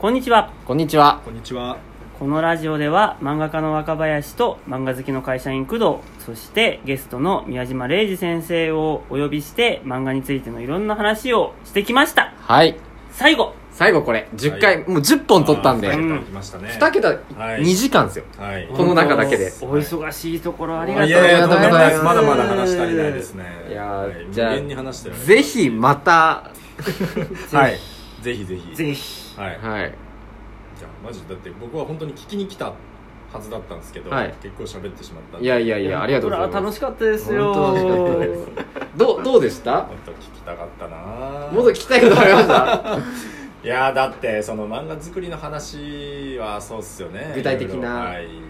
こんにちはこんにちは。こんにちは。このラジオでは漫画家の若林と漫画好きの会社員工藤そしてゲストの宮島礼二先生をお呼びして漫画についてのいろんな話をしてきましたはい。最後最後これ、10は回、もう10本撮ったんはいで、二桁来ましたね。 2桁、はい2時間ですよ。はい。この中だけでお忙しいところありがいとうごやいや、とざんでいもまなすいです。まだまだ話し足りないですね。いやーはいじゃあ無限に話してる。ぜひまた、はい。ぜひぜひ。ぜひはい。いはい。や、マジだって僕は本当に聞きに来たはずだったんですけど、はい結構喋ってしまったんいで。やいやいや、ありがとうございこれはま楽す。しかったですよ本当に楽しどう、どうでしたもっと聞きたかったなぁもっと聞きたいことありましたいやーだってその漫画作りの話はそうっすよね具体的ないろいろはい聞き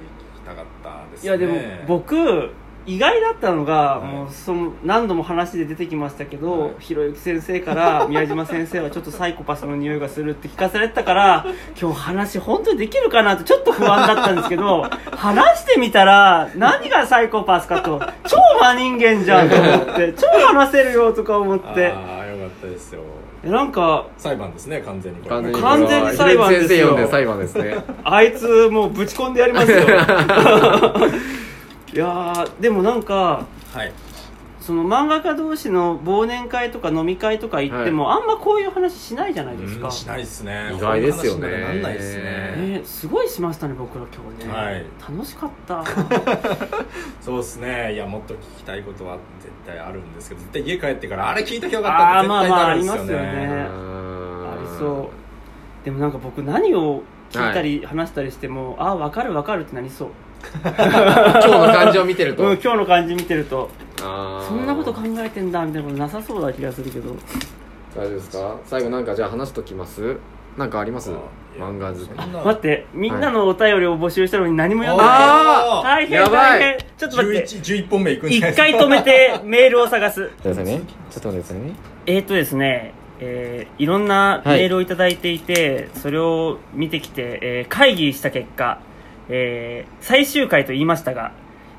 たかったですいねやでも僕意外だったのが、はいもうその何度も話で出てきましたけど、はいひろゆき先生から 宮島先生はちょっとサイコパスの匂いがするって聞かされてたから今日話本当にできるかなってちょっと不安だったんですけ ど話してみたら何がサイコパスかと超真人間じゃんと思って超話せるよとか思ってああよかったですよなんか裁判ですね完全にこれ完全に完全に裁判ですよ先生呼んで裁判ですね。あいつもうぶち込んでやります よいやーでもなんかはいその漫画家同士の忘年会とか飲み会とか行っても、あんまこういう話しないじゃないですうか、んしないですね意外ですよねこういう話になんないですねねすごいしましたね僕ら今日ね、はい楽しかったそうですねいやもっと聞きたいことは絶対あるんですけど絶対家帰ってからあれ聞いときゃよかったってあー絶対なるんですよまあねまあありますよねあありそうでもなんか僕何を聞いたり話したりしても、ああ分かる分かるってなりそう、今日の感じを見てるうん、と。今日の感じ見てるとあーそんなこと考えてんだみたいなことなさそうな気がするけど大丈夫ですか最後なんかじゃあ話しときますなんかあります漫画好き。き待ってみんなのお便りを募集したのに何も読んでない、ああ大変やば大い変ちょっと待って11 11本目いくんじゃない一ですか回止めてメールを探すくださいね。ちょっと待ってくださいね。えーとですね、えーいろんなメールをいただいていて、それを見てきて、えー会議した結果、えー最終回と言いましたが、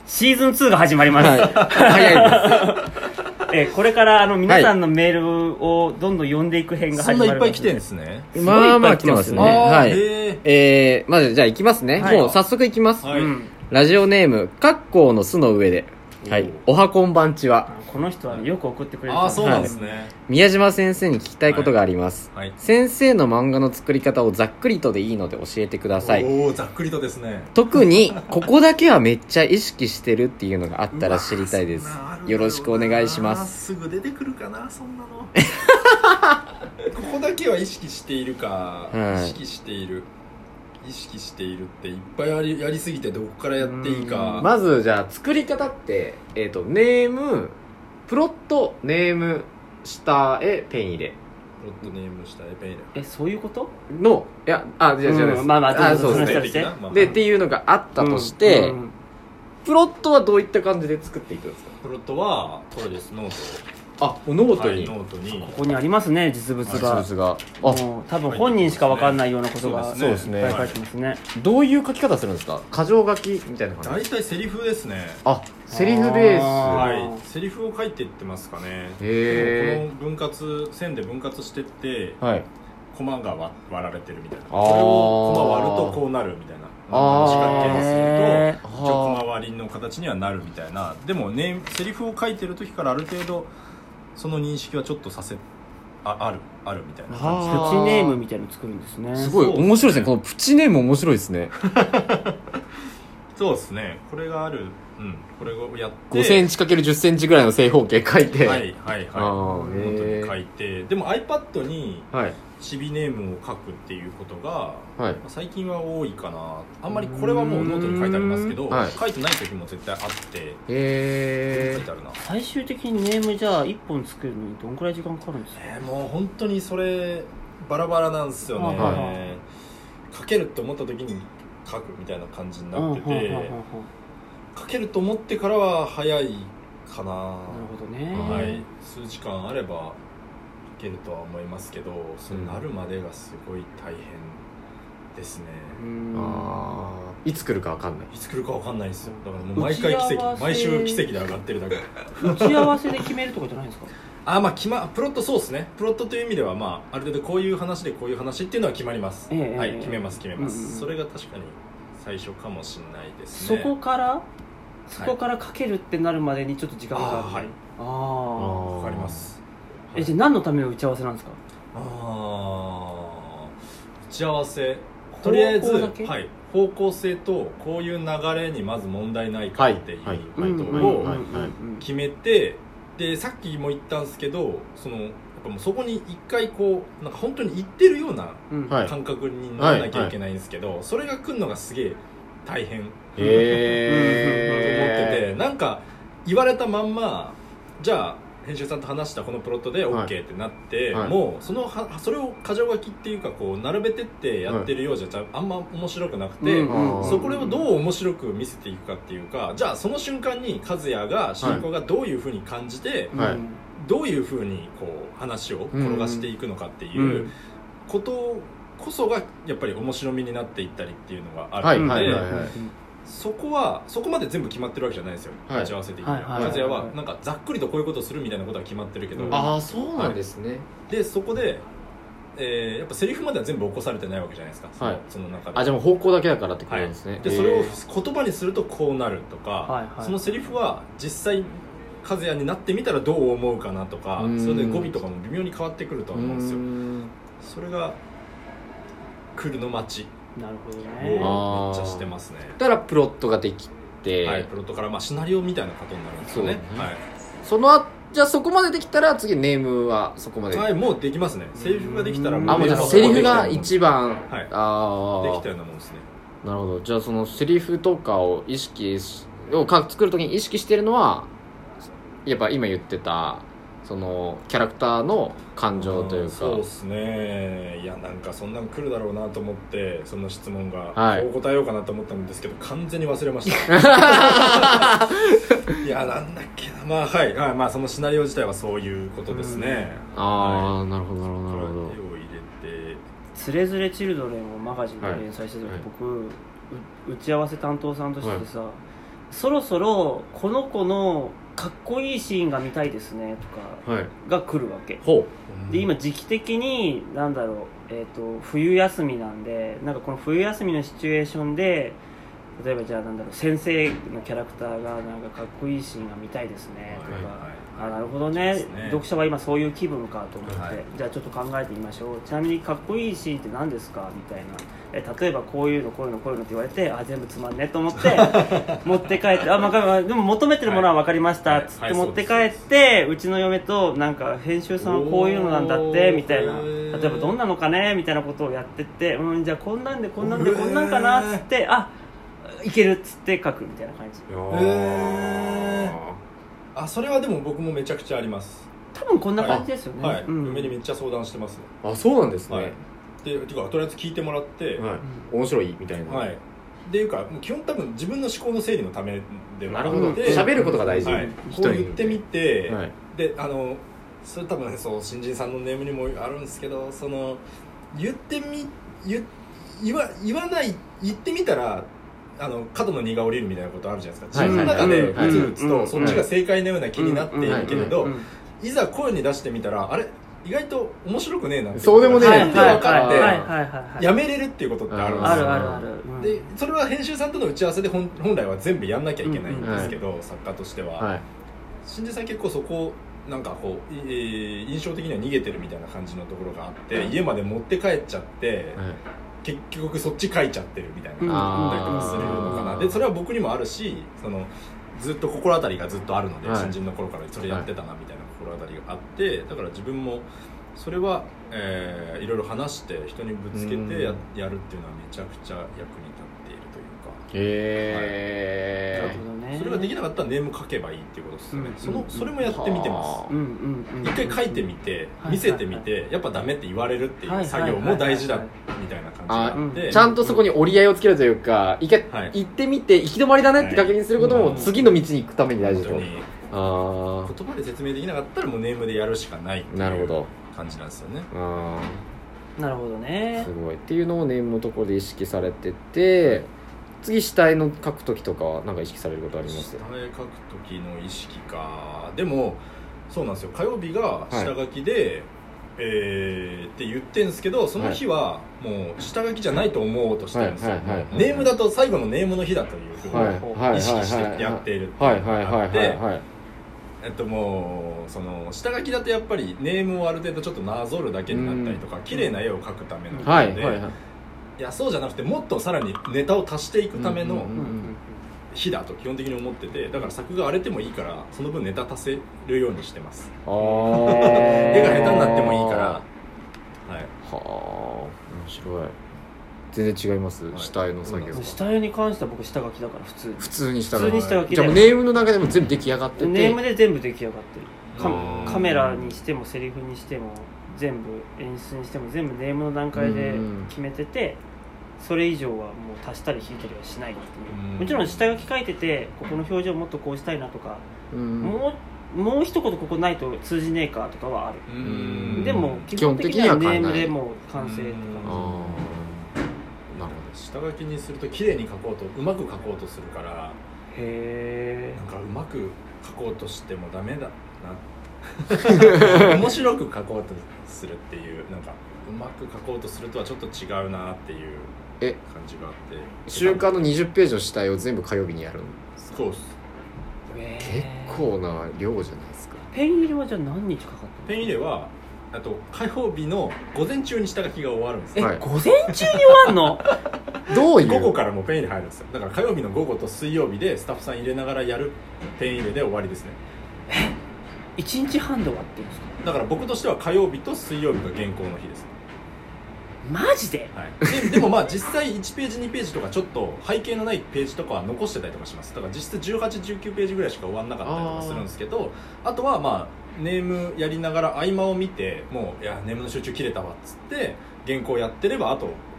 シーズン2が始まります。はい。早いで えーこれからあの皆さんのメールをどんどん読んでいく編がそ始まんなりいます。っぱい来てるんですねす。まあまあ来てますすね。ごいいっあはーい。へーえー、まずじゃあ行きますね。はいもう早速行きます。はういん、ラジオネーム、カッコーの巣の上で。はい。おはこんばんちは。この人はよく送ってくれるああそうなんですすね宮島先生に聞きたいことがあります。はい先生の漫画の作り方をざっくりとでいいので教えてください。おおざっくりとですね特に、ここだけはめっちゃ意識してるっていうのがあったら知りたいですうわーそんなのある。だろうなよろしくお願いします。すぐ出てくるかなそ んなのここだけは意識しているか、はい意識している意識しているっていっぱいありやりすぎてどこからやっていいか、まずじゃあ作り方って、えっとネームプロットネーム下へペン入れプロットネームしたエペイレえ、そういうことのいやあじゃあじゃあです、うんまあまあどそうぞう話ですしねてしてまあまあでっていうのがあったとして、うんプロットはどういった感じで作っていくんですかプロットはこれですノーあノトーはいノートにここにありますね、実物実が。物があもう多分本人しかわかんないようなことが、そうですねいっぱい書いてますね。どういう書き方するんですか箇条書きみたいな感大じ体セリフですねあセリフベースあはーいセリフを書いていってますかねへこの分割線で分割してってえはいコマが割割られてるみたいなあーそれをコマ割るとこうなるみたいなあー仕掛けをへすると一応コマは割りの形にはなるみたいなでもねセリフを書いてる時からある程度その認識はちょっとさせああるあるみたいな感じあでプーチネームみたいなの作るんですね。すごい面白いですねこのプチネーム面白いですねそうですねこれがあるうんこれをやって5センチ ×10 センチぐらいの正方形書いて、はいはいあーはいへー書いてでも iPad にはいチビネームを書くっていうことがはいまあ最近は多いかなあんまりこれはもうノートに書いてありますけど、うーんはい書いてない時も絶対あって、へ書いーてあるな最終的にネームじゃあ1本作るのにどんくらい時間かかるんですかえーもう本当にそれバラバラなんですよね、はい書けると思った時に書くみたいな感じになってて、うんうんうんうんうんなる書けると思ってからは早いかなほどね、はい数時間あれば書けるとは思いますけどそれなるまでがすごい大変ですねあーいつ来るかわかんないいつ来るかわかんないですよだからもう毎回奇打ち合わ跡せ毎週奇跡で上がってるだけ打ち合わせで決めるとかじゃないんですかあまあ決まプロットそうですねプロットという意味ではまあある程度こういう話でこういう話っていうのは決まります、ええはええい決めます決めまうす、んうんうんそれが確かに最初かもしれないですそねこからそこからかけるってなるまでにちょっと時間がかかるああわかりますえじゃあ何のための打ち合わせなんですかあー打ち合わせとりあえず方向だけはい、方向性とこういう流れにまず問題ないかはいっていう、はいこはいとはいはをいはい決めてでさっきも言ったんですけどそのやっぱもうそこに一回こうなんか本当に行ってるようなはい感覚にならなきゃいけないんですけど、それが来るのがすげえ大変と思へうんってて、えなんか言われたまんまじゃあ編集さんと話したこのプロットではい OK ってなって、はいもうそのはそれを箇条書きっていうかこう並べてってやってるようじゃちゃあんま面白くなくて、うんそこをどうう面白く見せていくかっていうかじゃあその瞬間に和也が主人公がどういうふうに感じて、はいどういうふうにこう話を転がしていくのかっていう、ことこそがやっぱり面白みになっていったりっていうのがあるので、はいはいはいそこはそこまで全部決まってるわけじゃないですよ、はい打ち合わせ的にはは,、いはいはい和也はなんかざっくりとこういうことをするみたいなことは決まってるけど、うんああそうなんですねでそこで、えーやっぱセリフまでは全部起こされてないわけじゃないですかその,、はいその中であじゃあもう方向だけだからってことなんですねでそれをへー言葉にするとこうなるとか、はいはいそのセリフは実際和也になってみたらどう思うかなとかうんそれで語尾とかも微妙に変わってくるとは思うんですよそれが来るの待ちなるほどめねっあーちゃしてますね、だからプロットができて、はい、プロットから、まあ、シナリオみたいなことになるんですよねそうねはいそのあじゃあそこまでできたら次ネームはそこまで、はい、もうできますねセリフができたらうんあもうじゃあうんセリフが一一番、はいあであきたようなもんですねなるほどじゃあそのセリフとかを意識しをか作るときに意識してるのはやっぱ今言ってたそのキャラクターの感情というかそうですねいやなんかそんなん来るだろうなと思ってその質問が、はいこう答えようかなと思ったんですけど完全に忘れました いやなんだっけなまあはい、はいまあ、そのシナリオ自体はそういうことですね、ああ、なるほどなるほどこなるれはほど手を入れてつれづれチルドレンをマガジンで連載してた時、はい僕う打ち合わせ担当さんとしてさ、そろそろこの子のかっこいいシーンが見たいですねとかはいが来るわけほで今時期的になんだろう、えー、と冬休みなんでなんかこの冬休みのシチュエーションで例えばじゃあなんだろう先生のキャラクターがなんかかっこいいシーンが見たいですねとか、はいあなるほどねそうですね読者は今そういう気分かと思って、はいじゃあちょっと考えてみましょうちなみにかっこいいシーンって何ですかみたいなえ例えばこういうのこういうのこういうのって言われてあ全部つまんねと思って 持って帰ってあ、まあまあ、でも求めてるものは分かりました、はいつっはてい持って帰そうっでてうちの嫁となんか編集さんはこういうのなんだっておーみたいなへー例えばどんなのかねみたいなことをやってって、うん、じゃあこんなんでこんなんでこんなんかなっつってあいけるっつって書くみたいな感じうへーあそれはでも僕もめちゃくちゃあります多分こんな感じですよね、はい、うん嫁にめっちゃ相談してますねあそうなんですね、ははいいでていうかとりあえず聞いてもらっては面白いみたいい、な、っていうかもう基本多分自分の思考の整理のためではなあるっほどて喋ることが大事、はい、こう人に言ってみて、はいであのそれ多分ねそう新人さんのネームにもあるんですけどその言ってみ言言わ言わない言ってみたらあの角の荷が下りるみたいなことあるじゃないですかはい自分の中ではいはいはいうつうつうとんそっちが正解のような気になっているけれどうんいざ声に出してみたらあれ意外と面白くねえなってそうでもねえはいはやいっってはい分かっはて、いはいはいはいやめれるっていうことってあるんですよあるあるある、うんでそれは編集さんとの打ち合わせで本本来は全部やんなきゃいけないんですけど、作家としては、はい新人さん結構そこなんかこう、いえー印象的には逃げてるみたいな感じのところがあって、家まで持って帰っちゃって、はい結局そっち書いちゃってるみたいなうん感じだったりとかするのかあなーでそれは僕にもあるしそのずっと心当たりがずっとあるので、はい新人の頃からそれやってたなみたいな心当たりがあってだから自分もそれは、えーいろいろ話して人にぶつけてやうんやるっていうのはめちゃくちゃ役に立っているというか。なるへほどねそれができなかったらネーム書けばいいっていうことですよね、うんそのそれもやってみてます、うんうんうん一回書いてみて、はい見せてみて、やっぱダメって言われるっていはいうはい作はい業も大事だみたいな感じがあって、あえちゃんとそこに折り合いをつけるというか一回はい行ってみて行き止まりだねって確認することうもん次の道に行くために大本事当とにあ言葉で説明できなかったらもうネームでやるしかないってあなるいほうど感じなんですよねあなるほどねすごいっていうのをネームのところで意識されてて次死体の書く時とかはなんか意識されることあります下絵描く時の意識かでもそうなんですよ火曜日が下書きで、えーって言ってんすけどその日はもう下書きじゃないと思おうとしてるんですよ、はいはいはいはいネームだと最後のネームの日だというふうはいはいにはいはい意識してやっているってはいいうはいのがはあいっはていはいえっともうその下書きだとやっぱりネームをある程度ちょっとなぞるだけになったりとか綺麗な絵を描くためのことはで、いはいはいいやそうじゃなくてもっとさらにネタを足していくためうんうんのうん日だと基本的に思っててだから作画荒れてもいいからその分ネタ足せるようにしてますあー絵が下手になってもいいからははいあ面白い全然違います、い死体の作業がそうなんです下絵に関しては僕下書きだから普通に普通にした普通に下書きでじゃあもうネームの中でも全部出来上がっててネームで全部出来上がってるカうんカメラにしてもセリフにしても全部演出にしても全部ネームの段階でうん決めててそれ以上はもう足したり引いたりはしないっていううんもちろん下書き書いててここの表情もっとこうしたいなとかうんもうもう一言ここないと通じねえかとかはあるううんんでも基基本本的的ににはは考えネないームでもう完成ってあ感ーなる下書きにすると綺麗に描こうとうまく描こうとするからじへなんかうまく描こうとしてもダメだな 面白く描こうとするっていうなんかうまく描こうとするとはちょっと違うなっていうえ感じがあっほてど週刊の20ページの死体を全部火曜日にやるのそうっすえ結構な量じゃないですかペン入れはじゃあ何日かかったのペン入れはあと火曜日の午前中に下書きが終わるんですえ、よはい午前中に終わんの どういう午後からもうペン入れ入るんですよだから火曜日の午後と水曜日でスタッフさん入れながらやるペン入れで終わりですね一日半で終わってるんですかだから僕としては火曜日と水曜日が原稿の日です、マジではい、ででもまあ実際1ページ2ページとかちょっと背景のないページとかは残してたりとかしますだから実質1819ページぐらいしか終わんなかったりとかするんですけどあとはまあネームやりながら合間を見てもういやネームの集中切れたわっつって原稿やってればあと